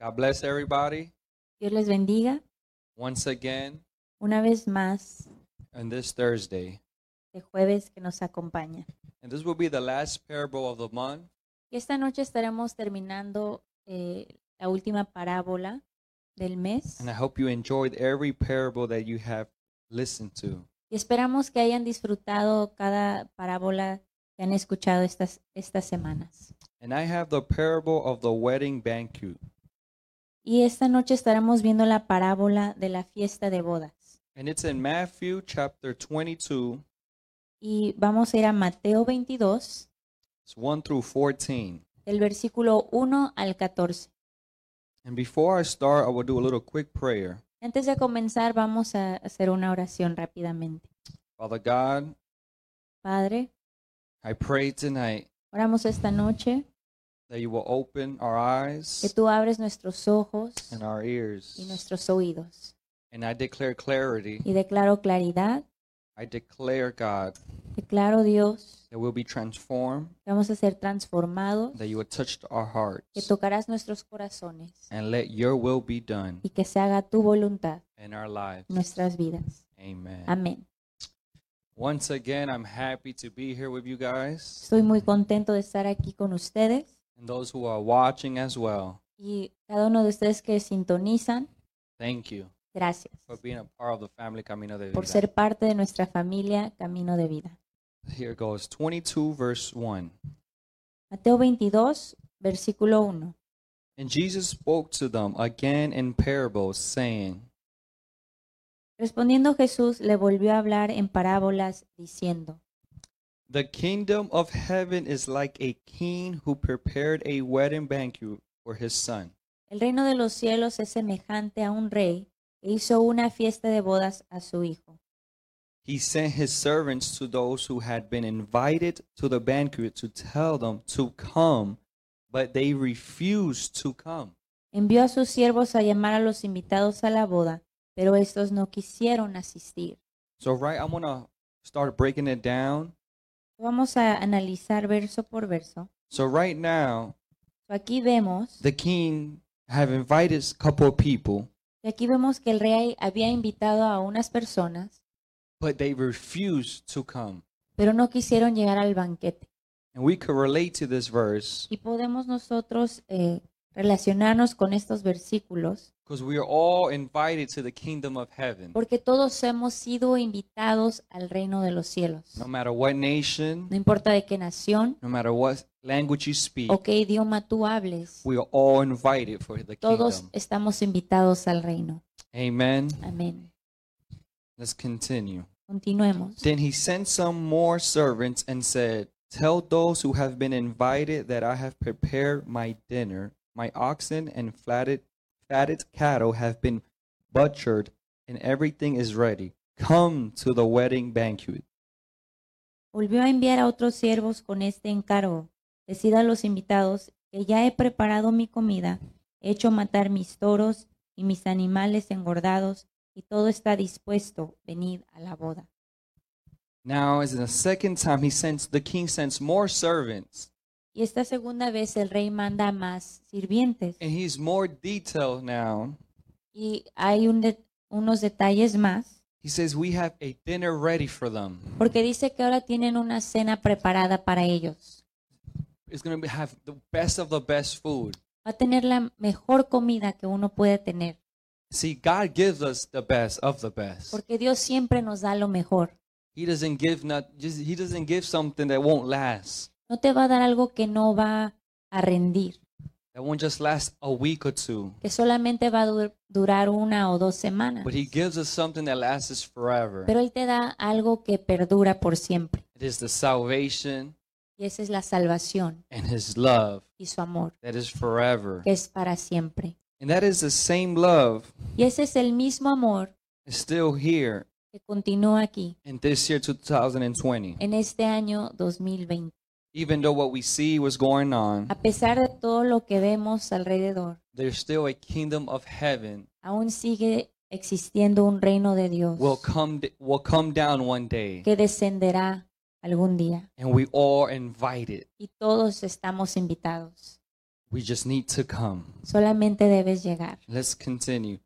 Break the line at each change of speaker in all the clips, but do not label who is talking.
God bless everybody
Dios les bendiga
once again
una vez más
on this Thursday.
de jueves que nos acompaña.
And this will be the last parable of the month.
Y esta noche estaremos terminando eh, la última parábola del mes
And I hope you enjoyed every parable that you have listened to.
y esperamos que hayan disfrutado cada parábola que han escuchado estas, estas semanas.
And I have the parable of the wedding banquet.
Y esta noche estaremos viendo la parábola de la fiesta de bodas.
And it's in Matthew chapter 22,
Y vamos a ir a Mateo 22,
it's 1 through 14.
del versículo 1 al 14.
And before I start, I will do a little quick prayer.
Antes de comenzar, vamos a hacer una oración rápidamente.
Father God,
Padre,
I pray tonight
oramos esta noche
that you will open our
que
eyes
tú abres nuestros ojos
and our
y
ears.
nuestros oídos.
And I declare clarity.
Y declaro claridad,
I declare, God,
declaro Dios,
that we'll be transformed,
que vamos a ser transformados,
that you will touch our
que
hearts,
tocarás nuestros corazones
and let your will be done
y que se haga tu voluntad
in our lives.
en nuestras vidas.
Amen.
Amén.
Once again, I'm happy to be here with you guys
Estoy muy contento de estar aquí con ustedes
and those who are watching as well.
y cada uno de ustedes que sintonizan,
Thank you
gracias
for being a part of the family Camino de
por
Vida.
ser parte de nuestra familia Camino de Vida.
Here goes 22, verse 1.
Mateo 22, versículo 1.
And Jesus spoke to them again in parables, saying,
Respondiendo Jesús le volvió a hablar en parábolas diciendo,
The kingdom of heaven is like a king who prepared a wedding banquet for his son.
El reino de los cielos es semejante a un rey que hizo una fiesta de bodas a su hijo.
He sent his servants to those who had been invited to the banquet to tell them to come, but they refused to come.
Envió a sus siervos a llamar a los invitados a la boda, pero estos no quisieron asistir.
So, right, I'm going to start breaking it down.
Vamos a analizar verso por verso.
So, right now,
Aquí vemos,
the king have invited a couple of people,
y aquí vemos que el rey había invitado a unas personas,
but they refused to come.
pero no quisieron llegar al banquete.
And we could relate to this verse
Y podemos nosotros eh, relacionarnos con estos versículos,
because we are all invited to the kingdom of heaven.
porque todos hemos sido invitados al reino de los cielos.
No matter what nation,
No importa de qué nación
no matter what language you speak,
o qué idioma tú hables,
we are all invited for the
todos
kingdom.
estamos invitados al reino.
Amen.
Amén.
Let's continue.
Continuemos.
Then he sent some more servants and said, Tell those who have been invited that I have prepared my dinner. My oxen and fatted, fatted cattle have been butchered, and everything is ready. Come to the wedding banquet.
Volvió a enviar a otros siervos con este encargo. Decid a los invitados que ya he preparado mi comida, he hecho matar mis toros y mis animales engordados, y todo está dispuesto. Venid a la boda.
Now, is the second time he sends the king sends more servants,
Y esta segunda vez el rey manda a más sirvientes.
and he's more detailed now.
Y hay un de- unos detalles más,
He says, We have a dinner ready for them.
porque dice que ahora tienen una cena preparada para ellos.
It's going to have the best of the best food.
va a tener la mejor comida que uno puede tener,
See, God gives us the best of the best.
porque Dios siempre nos da lo mejor.
He doesn't give not just he doesn't give something that won't last.
No te va a dar algo que no va a rendir,
That won't just last a week or two.
que solamente va a dur- durar una o dos semanas.
But he gives us something that lasts us forever.
Pero Él te da algo que perdura por siempre,
It is the salvation
y esa es la salvación
and his love
y su amor,
that is forever.
que es para siempre.
And that is the same love
Y ese es el mismo amor
is still here
que continúa aquí
in this year 2020.
en este año 2020.
Even though what we see was going on,
A pesar de todo lo que vemos alrededor,
there's still a kingdom of heaven
aún sigue existiendo un reino de Dios.
will come will come down one day
que descenderá algún día
and we all invited.
y todos estamos invitados.
We just need to come.
Solamente debes llegar.
Let's continue.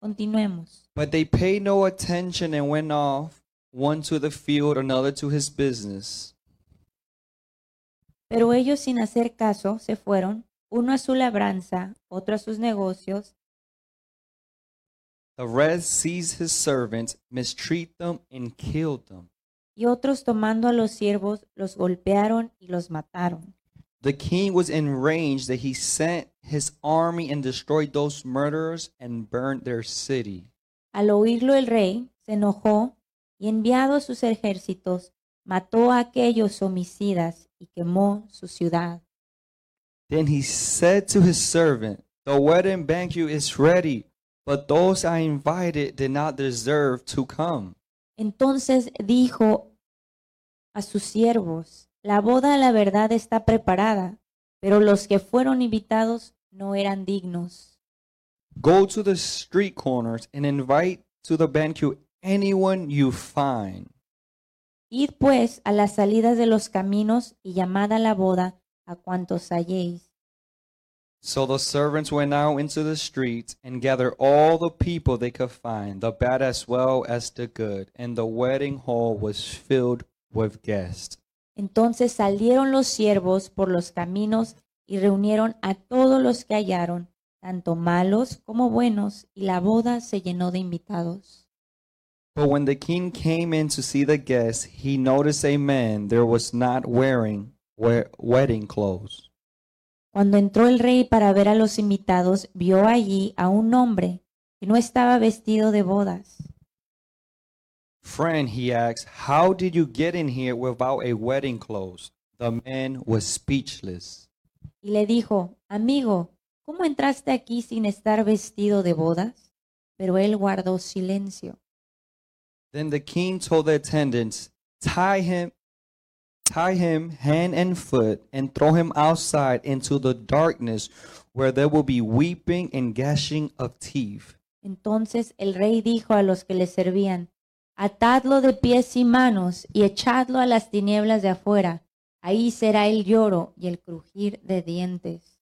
Continuemos.
But they paid no attention and went off, one to the field, another to his business.
Pero ellos sin hacer caso se fueron, uno a su labranza, otro a sus negocios,
The rest seized his servants, mistreat them, and killed them.
y otros tomando a los siervos los golpearon y los mataron.
The king was enraged that he sent his army and destroyed those murderers and burned their city.
Al oírlo el rey se enojó y enviado a sus ejércitos, mató a aquellos homicidas y quemó su ciudad.
Then he said to his servant, The wedding banquet is ready, but those I invited did not deserve to come.
Entonces dijo a sus siervos, la boda a la verdad está preparada, pero los que fueron invitados no eran dignos.
Go to the street corners and invite to the banquet anyone you find.
Id pues a las salidas de los caminos y llamad a la boda a cuantos halléis.
So the servants went out into the streets and gathered all the people they could find, the bad as well as the good, and the wedding hall was filled with guests.
Entonces salieron los siervos por los caminos y reunieron a todos los que hallaron, tanto malos como buenos, y la boda se llenó de invitados.
But when the king came in to see the guests, he noticed a man there was not wearing we- wedding clothes.
Cuando entró el rey para ver a los invitados, vio allí a un hombre que no estaba vestido de bodas.
Friend, he asked, How did you get in here without a wedding clothes? The man was speechless.
Y le dijo, Amigo, ¿cómo entraste aquí sin estar vestido de bodas? Pero él guardó silencio.
Then the king told the attendants, Tie him, tie him hand and foot, and throw him outside into the darkness where there will be weeping and gashing of teeth.
Entonces el rey dijo a los que le servían, Atadlo de pies y manos y echadlo a las tinieblas de afuera. Ahí será el lloro y el crujir de dientes.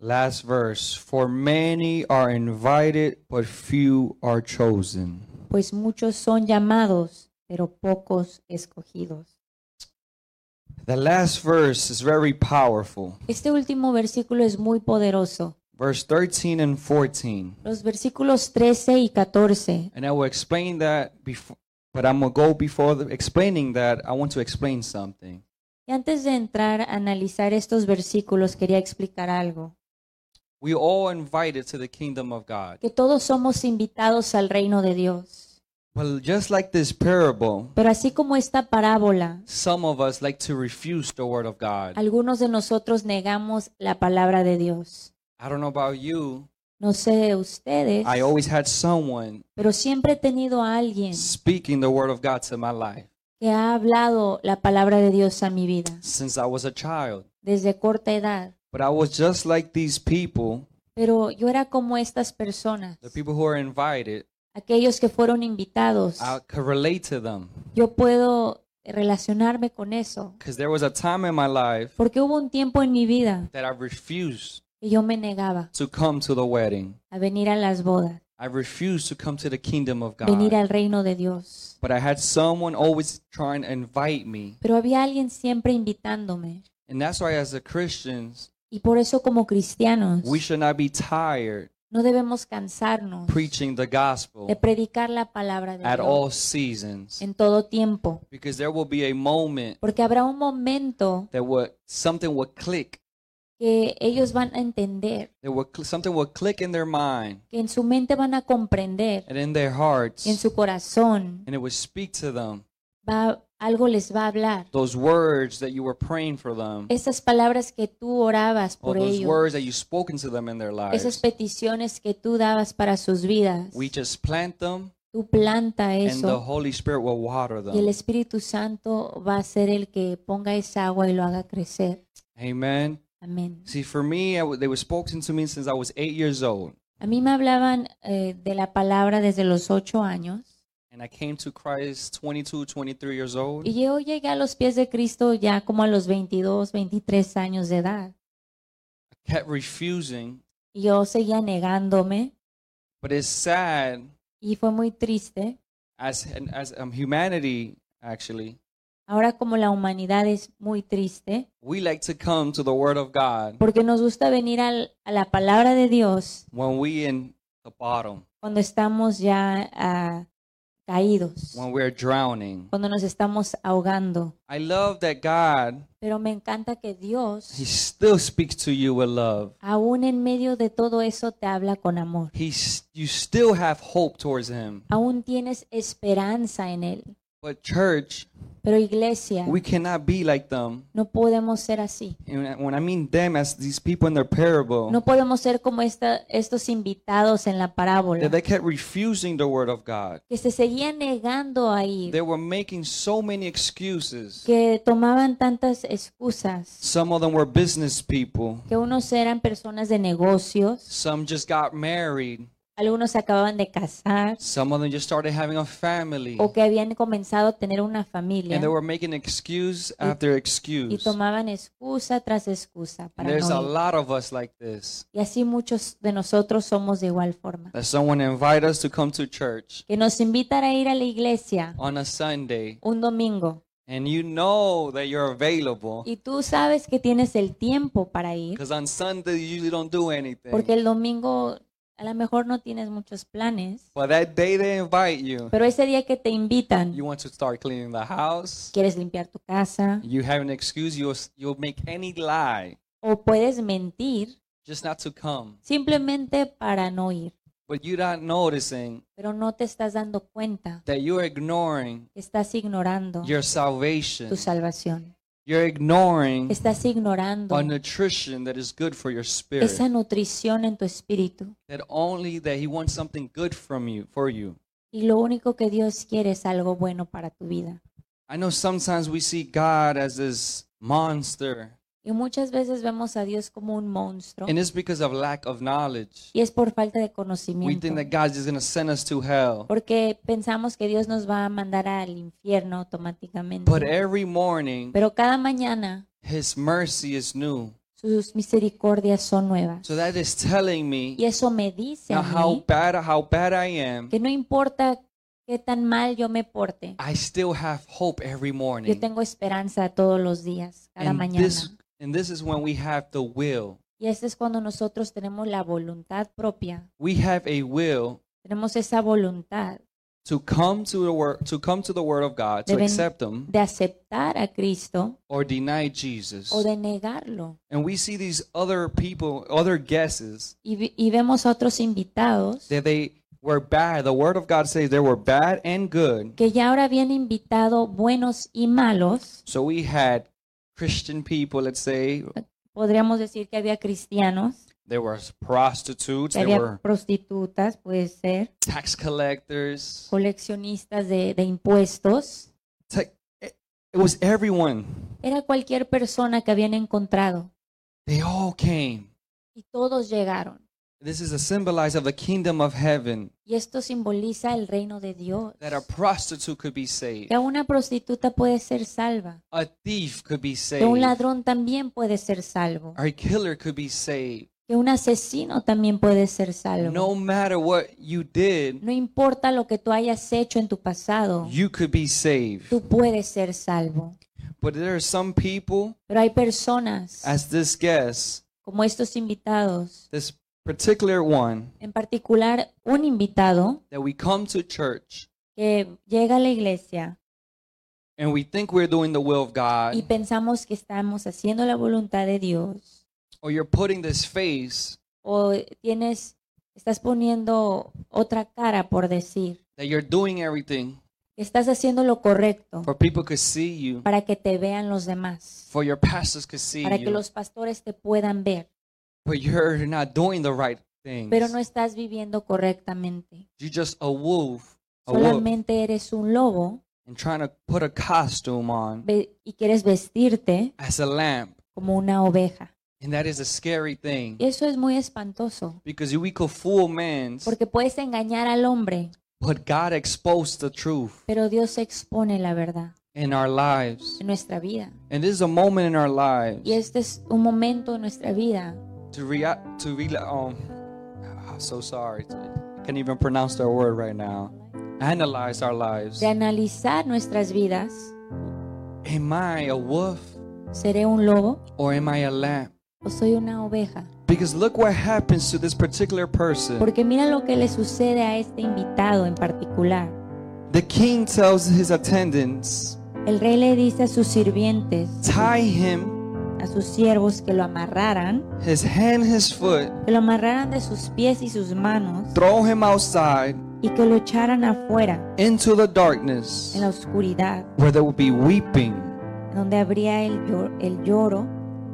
Last verse For many are invited, but few are chosen.
Pues muchos son llamados, pero pocos escogidos.
The last verse is very powerful.
Este último versículo es muy poderoso.
Verse 13 and 14.
Los versículos 13 y 14.
And I will explain that before, but I'm going to go before the, explaining that. I want to explain something.
Y antes de entrar a analizar estos versículos, quería explicar algo.
We all invited to the kingdom of God.
Que todos somos invitados al reino de Dios.
Well, just like this parable,
Pero así como esta parábola,
some of us like to refuse the word of God.
algunos de nosotros negamos la palabra de Dios.
I don't know about you.
No sé de ustedes,
I always had someone
pero siempre he tenido a alguien
speaking the word of God to my life
que ha hablado la palabra de Dios a mi vida
since I was a child.
desde corta edad.
But I was just like these people,
Pero yo era como estas personas,
the people who are invited.
aquellos que fueron invitados.
I could relate to them
yo puedo relacionarme con eso.
because there was a time in my life
Porque hubo un tiempo en mi vida
that I refused
que yo me negaba
to come to the wedding.
a venir a las bodas,
I refused to come to the kingdom of
venir
God.
al reino de Dios.
But I had someone always trying to invite me.
Pero había alguien siempre invitándome.
And that's why, as a Christians,
Y por eso como cristianos
we should not be tired
no debemos cansarnos
preaching the
de
gospel
predicar la palabra de
at
Dios
all seasons,
en todo tiempo.
because there will be a moment
Porque habrá un momento
that will something will click,
que ellos van a entender,
that will cl- something will click in their mind
que en su mente van a comprender,
and in their
y en
hearts,
su corazón
and it will speak to them
va, algo les va a hablar.
those words that you were praying for them,
Esas palabras que tú orabas
or
por
those
ellos,
words that you spoken to them in their
esas
lives.
peticiones que tú dabas para sus vidas.
We just plant them,
Tú planta
and the
eso
Holy Spirit will water
y el
them.
Espíritu Santo va a ser el que ponga esa agua y lo haga crecer.
Amen.
Amén.
See, for me, I w- they were spoken to me since I was eight years old.
A mí me hablaban eh, de la palabra desde los ocho años
and I came to Christ 22, 23 years old.
y yo llegué a los pies de Cristo ya como a los 22, 23 años de edad.
I kept refusing.
Y yo seguía negándome
But it's sad
y fue muy triste.
as and as um, humanity actually,
Ahora como la humanidad es muy triste,
we like to come to the Word of God
porque nos gusta venir al- a la palabra de Dios
when we in the bottom,
cuando estamos ya ah, caídos,
when we're drowning.
cuando nos estamos ahogando.
I love that God
Pero me encanta que
He
Dios,
still speaks to you with love.
aún en medio de todo eso, te habla con amor.
He s- you still have hope towards Him.
Aún tienes esperanza en Él.
But church,
Pero iglesia,
we cannot be like them.
no podemos ser así.
And when I- when I mean them as these people in their parable,
No podemos ser como esta- estos invitados en la
that
parábola,
they kept refusing the word of God.
que se seguían negando a ir,
They were making so many excuses.
que tomaban tantas excusas,
Some of them were business people.
que unos eran personas de negocios,
Some just got married.
algunos se acababan de casar
Some of them just started having a family.
o que habían comenzado a tener una
And
familia
they were making excuse after
y
excuse.
tomaban excusa tras excusa
And
para
there's a
no ir.
lot of us like this.
Y así muchos de nosotros somos de igual forma.
That someone invite us to come to church
Que nos invitan a ir a la iglesia
on a Sunday
un domingo
and you know that you're available
y tú sabes que tienes el tiempo para ir,
because on Sunday you usually don't do
porque
anything.
el domingo a lo mejor no tienes muchos planes,
But that day they invite you,
pero ese día que te invitan,
you want to start cleaning the house.
quieres limpiar tu casa
You have an excuse. You'll s- you'll make any lie
o puedes mentir
just not to come.
simplemente para no ir,
But you're not noticing
pero no te estás dando cuenta
that you're ignoring
que estás ignorando
your salvation.
tu salvación.
You're ignoring
Estás ignorando
a nutrition that is good for your spirit.
esa nutrición en tu espíritu.
That only that He wants something good from you for you.
Y lo único que Dios quiere es algo bueno para tu vida.
I know sometimes we see God as this monster,
Y muchas veces vemos a Dios como un monstruo
and it's because of lack of knowledge.
y es por falta de
We
conocimiento.
think that God's just gonna send us to hell.
Porque pensamos que Dios nos va a mandar al infierno
But
automáticamente.
every morning,
Pero cada mañana
His mercy is new.
sus misericordias son nuevas.
So that is telling
Y
me
eso me dice
now
a
how
mí
bad how bad I am.
que no importa qué tan mal yo me porte,
I still have hope every
yo
morning.
tengo esperanza todos los días, cada
And this
mañana.
and this is when we have the will.
Y este es cuando nosotros tenemos la voluntad propia,
We have a will
tenemos esa voluntad
to come to the word to come to the word of God, to
Deben-
accept Him
de aceptar a Cristo
or deny Jesus.
o de negarlo.
And we see these other people, other guesses
Y, vi- y vemos a otros invitados
that they were bad. The word of God says they were bad and good.
que ya ahora habían invitado buenos y malos.
So we had Christian people, let's say,
Podríamos decir que había cristianos,
there were prostitutes,
que
there
había
were
prostitutas, puede ser,
tax collectors.
coleccionistas de, de impuestos.
It's like, it, it was everyone.
Era cualquier persona que habían encontrado
They all came.
y todos llegaron.
This is a symbolize of the kingdom of heaven
Y esto simboliza el reino de Dios.
that a prostitute could be saved,
Que una prostituta puede ser salva,
a thief could be
que
saved,
un ladrón también puede ser salvo,
a killer could be saved.
que un asesino también puede ser salvo.
No matter what you did,
No importa lo que tú hayas hecho en tu pasado,
you could be saved.
tú puedes ser salvo.
But there are some people,
Pero hay personas
as this guest,
como estos invitados,
this particular one,
en particular un invitado
that we come to church
que llega a la iglesia
and we think we're doing the will of
y
God,
pensamos que estamos haciendo la voluntad de Dios
or you're putting this face
o tienes estás poniendo otra cara por decir,
that you're doing everything
que estás haciendo lo correcto
for people could see you,
para que te vean los demás,
for your pastors could see
para que
you,
los pastores te puedan ver,
but you're not doing the right
pero no
things.
estás viviendo correctamente.
You're just a wolf, a wolf,
Solamente eres un lobo
and trying to put a costume on
ve- y quieres vestirte
as a lamb.
como una oveja.
And that is a scary thing.
Y Eso es muy espantoso,
Because we could fool men,
porque puedes engañar al hombre,
but God exposed the truth
pero Dios expone la verdad
in our lives.
en nuestra vida.
And this is a moment in our lives
Y este es un momento en nuestra vida
to rea to re um I'm so sorry I can't even pronounce that word right now analyze our lives
de analizar nuestras vidas.
am I a wolf
¿Seré un lobo
or am I a lamb
o soy una oveja?
because look what happens to this particular person
Porque mira lo que le sucede a este invitado en particular.
the king tells his attendants
El rey le dice a sus sirvientes,
tie him
a sus siervos que lo amarraran,
his hand his foot
que lo amarraran de sus pies y sus manos
throw him outside
y que lo echaran afuera
into the darkness
en la oscuridad,
where there will be weeping
donde habría el, llor- el lloro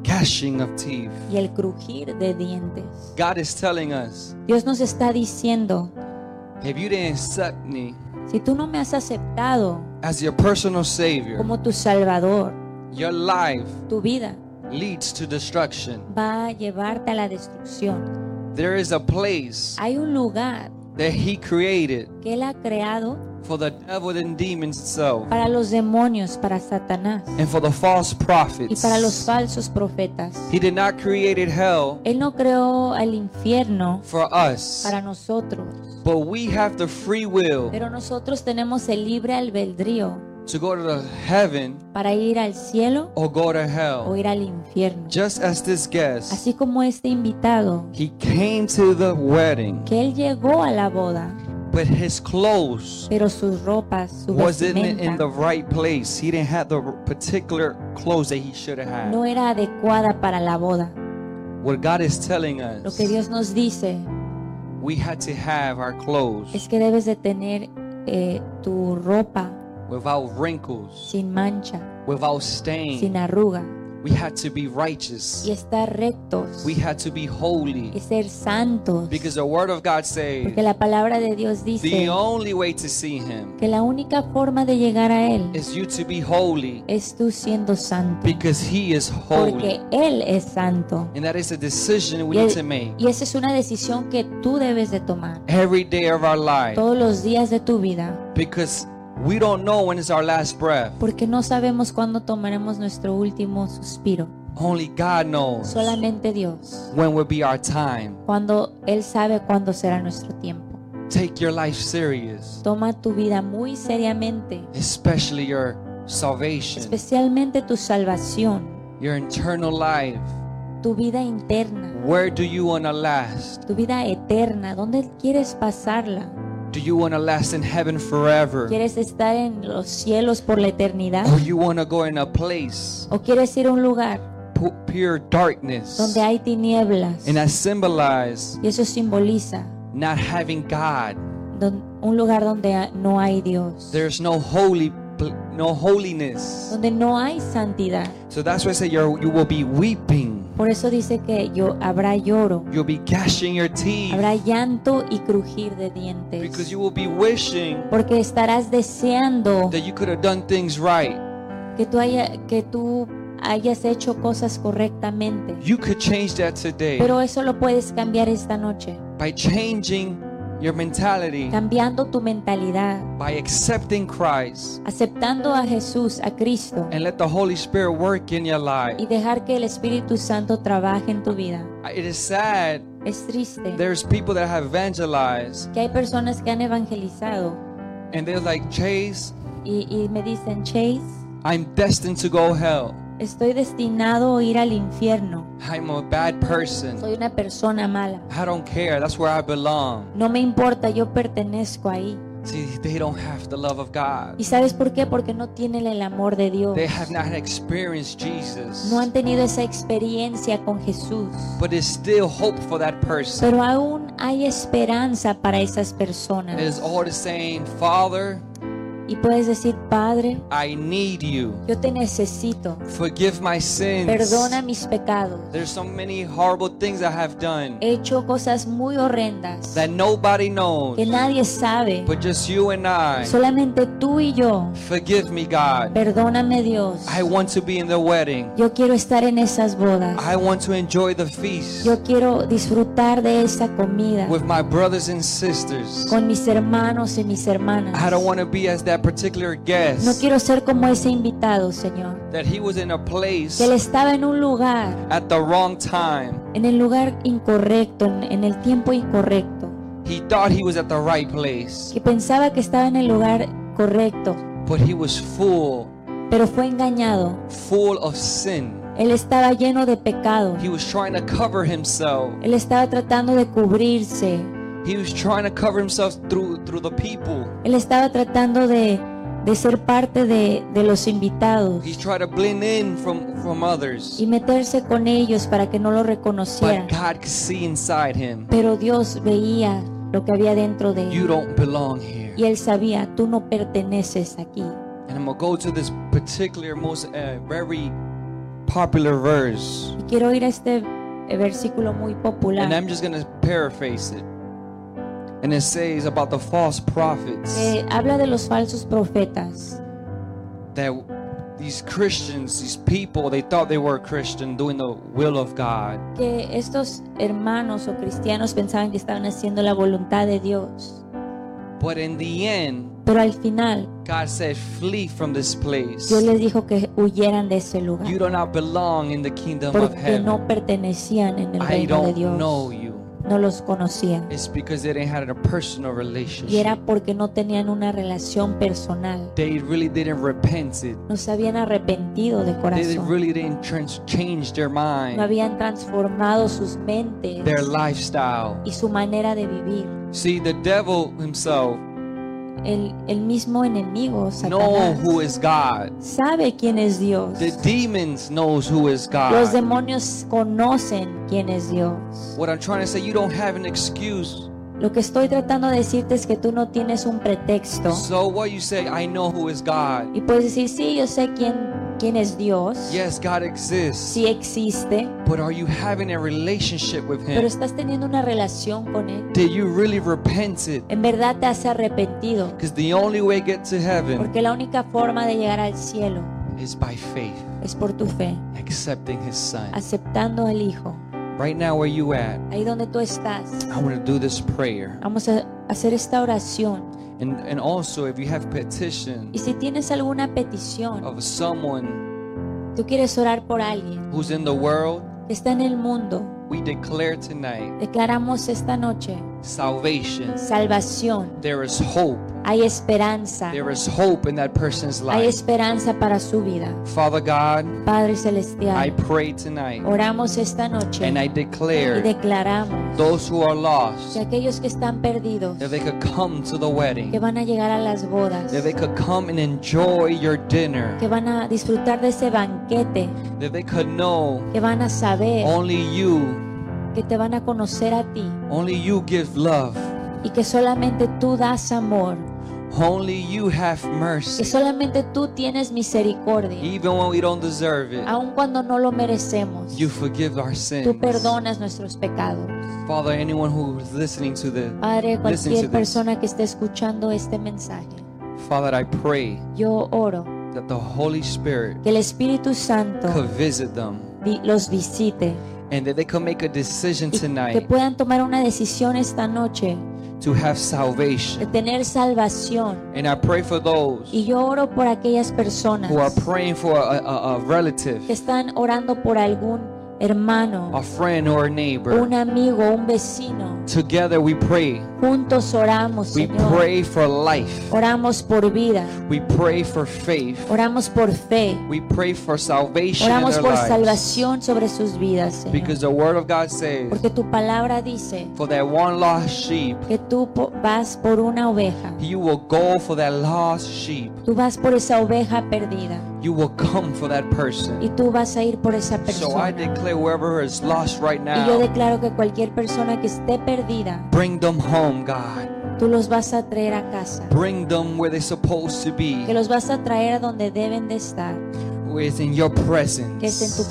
gashing of teeth
y el crujir de dientes.
God is telling us
Dios nos está diciendo,
if you didn't accept me
si tú no me has aceptado
as your personal savior
como tu salvador,
Your life
tu vida
leads to destruction.
va a llevarte a la destrucción.
There is a place
Hay un lugar
that He created
que Él ha creado
for the devil and demons itself
para los demonios, para Satanás
and for the false
y
prophets.
para los falsos profetas.
He did not create hell
Él no creó el infierno
for us,
Eh, para nosotros,
but we have the free will
pero nosotros tenemos el libre albedrío
to go to the heaven
para ir al cielo
or go to
o
hell.
ir al infierno.
Just as this guest,
Así como este invitado,
he came to the wedding,
que él llegó a la boda,
but his clothes
pero sus ropas, su
wasn't in the
vestimenta
right place. He didn't have the particular clothes that he should have had.
no era adecuada para la boda.
What God is telling
Lo
us,
que Dios nos dice
we had to have our clothes
es que debes de tener eh, tu ropa
without wrinkles,
sin mancha,
without
sin
stain.
arruga,
We had to be
y
righteous.
estar rectos,
We had to be
y
holy.
ser santos.
Because the Word of God
Porque
says
la palabra de Dios dice
the only way to see Him
que la única forma de llegar a Él
is you to be holy
es tú siendo santo.
because He is holy.
Porque Él es santo.
And that is a decision we
Y,
need
el-
to make
y esa es una decisión que tú debes de tomar
every day of our life
todos los días de tu vida.
because we don't know when is our last breath.
Porque no sabemos cuándo tomaremos nuestro último suspiro.
Only God knows
Solamente Dios.
when will be our time.
Cuando Él sabe cuándo será nuestro tiempo.
Take your life serious.
Toma tu vida muy seriamente.
especially your salvation,
Especialmente tu salvación.
your internal life.
Tu vida interna.
Where do you want to last?
Tu vida eterna. ¿Dónde quieres pasarla?
Do you want to last in heaven forever?
¿Quieres estar en los cielos por la eternidad?
Or you want to go in a place
¿O quieres ir a un lugar
pu- pure darkness?
donde hay tinieblas?
And that symbolize
Y eso simboliza
not having God.
don- un lugar donde ha- no hay Dios,
There's no holy pl- no holiness.
donde no hay santidad.
So that's why I say you're, you will be weeping.
Por eso dice que yo, habrá lloro,
You'll be gashing your teeth
habrá llanto y crujir de
because
dientes.
you will be wishing
Porque estarás deseando
that you could have done things right.
que tú, haya, que tú hayas hecho cosas correctamente.
You could change that today.
Pero eso lo puedes cambiar esta noche,
by changing your mentality,
cambiando tu mentalidad.
by accepting Christ,
aceptando a Jesús, a Cristo,
and let the Holy Spirit work in your life.
y dejar que el Espíritu Santo trabaje en tu vida.
It is sad
Es triste
there's people that have evangelized
que hay personas que han evangelizado
and they're like, Chase,
y, y me dicen, Chase,
I'm destined to go hell.
estoy destinado a ir al infierno,
I'm a bad person.
soy una persona mala,
I don't care. That's where I belong.
no me importa, yo pertenezco ahí.
See, they don't have the love of God.
¿Y sabes por qué? Porque no tienen el amor de Dios,
They have not experienced Jesus.
no han tenido esa experiencia con Jesús.
But there's still hope for that person.
Pero aún hay esperanza para esas
It is
personas.
all the same, Father,
Y puedes decir, Padre,
I need you.
yo te necesito.
Forgive my sins.
Perdona mis pecados.
There's so many horrible things I have done
He hecho cosas muy horrendas
that nobody knows,
que nadie sabe.
but just you and I.
Solamente tú y yo.
Forgive me, God.
Perdóname Dios.
I want to be in the wedding.
Yo quiero estar en esas bodas.
I want to enjoy the feast
Yo quiero disfrutar de esa comida
with my brothers and sisters.
con mis hermanos y mis hermanas.
I don't want to be as that that particular
No
guest
quiero ser como ese invitado, Señor,
that he was in a place
que él estaba en un lugar,
at the wrong time.
en el lugar incorrecto, en- en el tiempo incorrecto,
He thought he was at the right place,
que pensaba que estaba en el lugar correcto,
but he was full,
pero fue engañado.
full of sin.
Él estaba lleno de pecado.
He was trying to cover himself.
Él estaba tratando de cubrirse.
He was trying to cover himself through through the people.
Él estaba tratando de, de ser parte de, de los invitados
He tried to blend in from from others.
y meterse con ellos para que no lo reconocieran.
But God could see inside him.
Pero Dios veía lo que había dentro de
You
él.
don't belong here.
Y él sabía, tú no perteneces aquí.
And I'm gonna go to this particular, most uh, very popular verse,
Y quiero ir a este eh, versículo muy
and
popular
I'm just gonna paraphrase it. And it says about the false prophets
que habla de los falsos profetas.
that these Christians, these people, they thought they were a Christian doing the will of God,
Que estos hermanos o cristianos pensaban que estaban haciendo la voluntad de Dios.
but in the end,
Pero al final
God said, "Flee from this place.
Dios les dijo que huyeran de ese
You
lugar
do not belong in the kingdom of
porque
heaven.
no pertenecían en el
I
reino de
don't know
Dios,
you."
no los conocían
It's because they didn't have a personal
y
relationship.
era porque no tenían una relación personal,
They really didn't repent it.
no se habían arrepentido de
They
corazón,
really didn't trans- change their
no
mind,
habían transformado sus mentes
their lifestyle.
y su manera de vivir.
See, the devil himself
El, el mismo enemigo,
know
Satanás,
who is God.
sabe quién es Dios.
The demons knows who is
Los
God.
demonios conocen quién es Dios.
What I'm trying to say, you don't have an excuse.
Lo que estoy tratando de decirte es que tú no tienes un pretexto.
So what you say, I know who is God.
Y puedes decir, sí, yo sé quién, quién es Dios,
Yes, God exists,
sí existe,
but are you having a relationship with
pero
Him?
estás teniendo una relación con Él.
Did you really repent it?
En verdad te has arrepentido,
Because the only way to get to heaven
porque la única forma de llegar al cielo
is by faith.
es por tu fe,
accepting his son.
aceptando al Hijo.
Right now where you at,
Ahí donde tú estás,
I want to do this prayer.
vamos a hacer esta oración.
And and also if you have petition
Y si tienes alguna petición,
of someone
tú quieres orar por alguien
who's in the world,
que está en el mundo,
we declare tonight
declaramos esta noche
salvation.
salvación,
There is hope.
hay esperanza,
There is hope in that person's
hay
life.
esperanza para su vida.
Father God,
Padre
I
Celestial,
pray tonight
oramos esta noche
and I
y
declare
declaramos
those who are
que
lost
aquellos que están perdidos,
that they could come to the
que
wedding,
van a llegar a las bodas,
that they could come and enjoy your dinner,
que van a disfrutar de ese banquete,
that they could know
que van a saber,
only you
que te van a conocer a ti
Only you give love.
y que solamente tú das amor,
Only you have
que
mercy.
solamente tú tienes misericordia,
Even when we don't deserve it,
aun cuando no lo merecemos.
you forgive our
Tú
sins.
perdonas nuestros pecados.
Father, anyone who's listening to this,
Padre,
Listen to
cualquier
this.
persona que esté escuchando este mensaje,
Father, I pray
yo oro
that the Holy Spirit
que el Espíritu Santo
could visit them
vi- los visite
and that they could make a decision
y que
tonight
puedan tomar una decisión esta noche
to have
de
salvation.
tener salvación.
And I pray for
Y
those
yo oro por aquellas personas
who are praying for a, a, a
que
relative,
están orando por algún hermano,
a friend, or a
un
neighbor.
amigo, un vecino.
Together we pray.
Juntos oramos,
We
Señor.
pray for life.
Oramos por vida,
We pray for faith.
oramos por fe,
We pray for salvation in
oramos
their
por
lives.
salvación sobre sus vidas, Señor.
Because the word of God says,
Porque tu palabra dice
for that one lost sheep,
que tú po- vas por una oveja.
you will go for that lost sheep.
Tú vas por esa oveja perdida
You will come for that
y
person.
tú vas a ir por esa
So I
persona.
declare whoever is lost right
Y
now,
yo declaro que cualquier persona que esté perdida,
bring them home, God.
tú los vas a traer a casa,
Bring them where they're supposed to
que
be,
los vas a traer a donde deben de estar,
where it's in your
que es en tu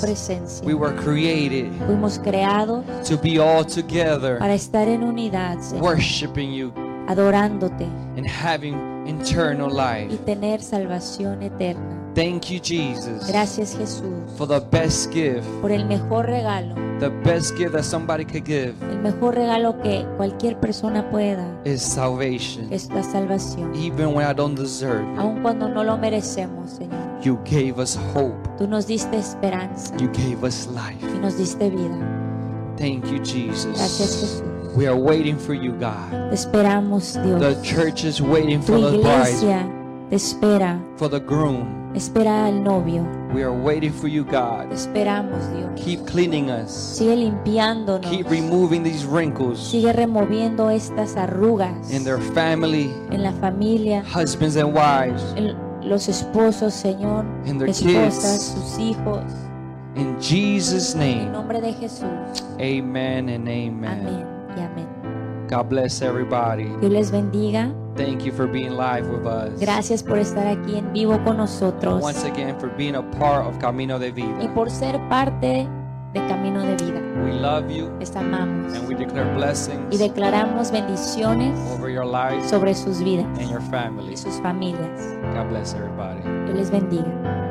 presence.
presencia.
We were created
Fuimos creados
to be all together,
para estar en unidad, Señor,
worshiping you
adorándote
and having eternal
y
life.
tener salvación eterna.
Thank you, Jesus,
Gracias Jesús
for the best gift,
por el mejor regalo.
the best gift that somebody could give
El mejor regalo que cualquier persona puede dar
is salvation.
es la salvación.
Even when I don't deserve
Aun cuando no lo merecemos, Señor.
it, you gave us hope.
Tú nos diste esperanza
You gave us life.
y nos diste vida.
Thank you,
Gracias
Jesus.
Jesús.
We are waiting for you, God.
Te esperamos,
The
Dios.
church is waiting
Tu
for the bride,
iglesia te espera.
for the groom.
Espera al novio.
We are waiting for you,
Te
God.
esperamos, Dios.
Keep cleaning us.
Sigue limpiándonos.
Keep removing these wrinkles
Sigue removiendo estas arrugas
in their family,
en la familia,
husbands and wives.
en los esposos, Señor,
In their kids.
esposas, sus hijos.
In Jesus'
En
name,
nombre de Jesús.
amen and amen.
Amén y amén.
God bless everybody.
Dios les bendiga.
Thank you for being live with us.
Gracias por estar aquí en vivo con nosotros
Once again, for being a part of Camino de
y
Vida.
por ser parte de Camino de Vida.
We love you
Les amamos
and we declare blessings
y declaramos bendiciones
over your lives
sobre sus vidas
and your
y
families.
sus familias.
God bless everybody.
Dios les bendiga.